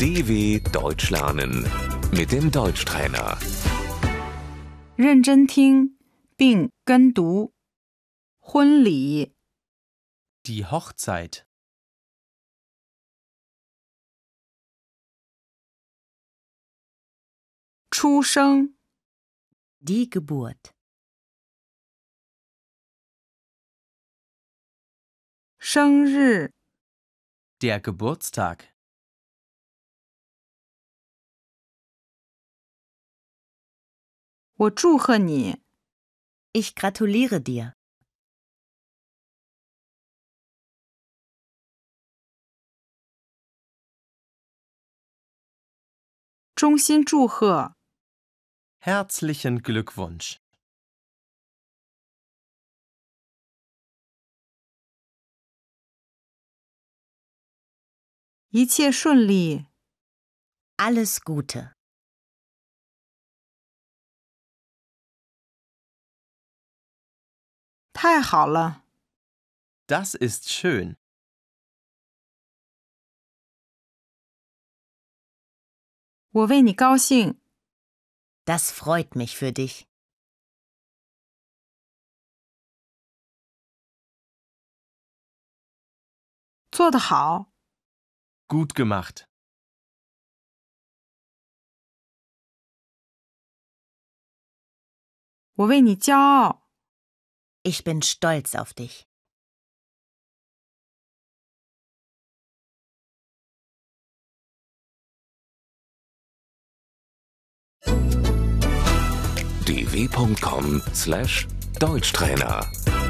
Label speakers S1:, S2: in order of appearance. S1: DW Deutsch lernen mit dem Deutschtrainer.
S2: 认真听并跟读。婚礼、
S3: Die Hochzeit.
S2: 出生、
S4: Die Geburt.
S2: 生日、
S3: Der Geburtstag.
S2: 我祝贺你、
S4: Ich gratuliere dir.
S2: 衷心祝贺、
S3: Herzlichen Glückwunsch.
S2: 一切顺利、
S4: Alles Gute.
S2: 太好了、
S3: Das ist schön.
S2: 我为你高兴、
S4: Das freut mich für dich.
S2: 做得好、
S3: Gut gemacht.
S2: 我为你骄傲、
S4: Ich bin stolz auf dich.
S1: dw.com/deutschtrainer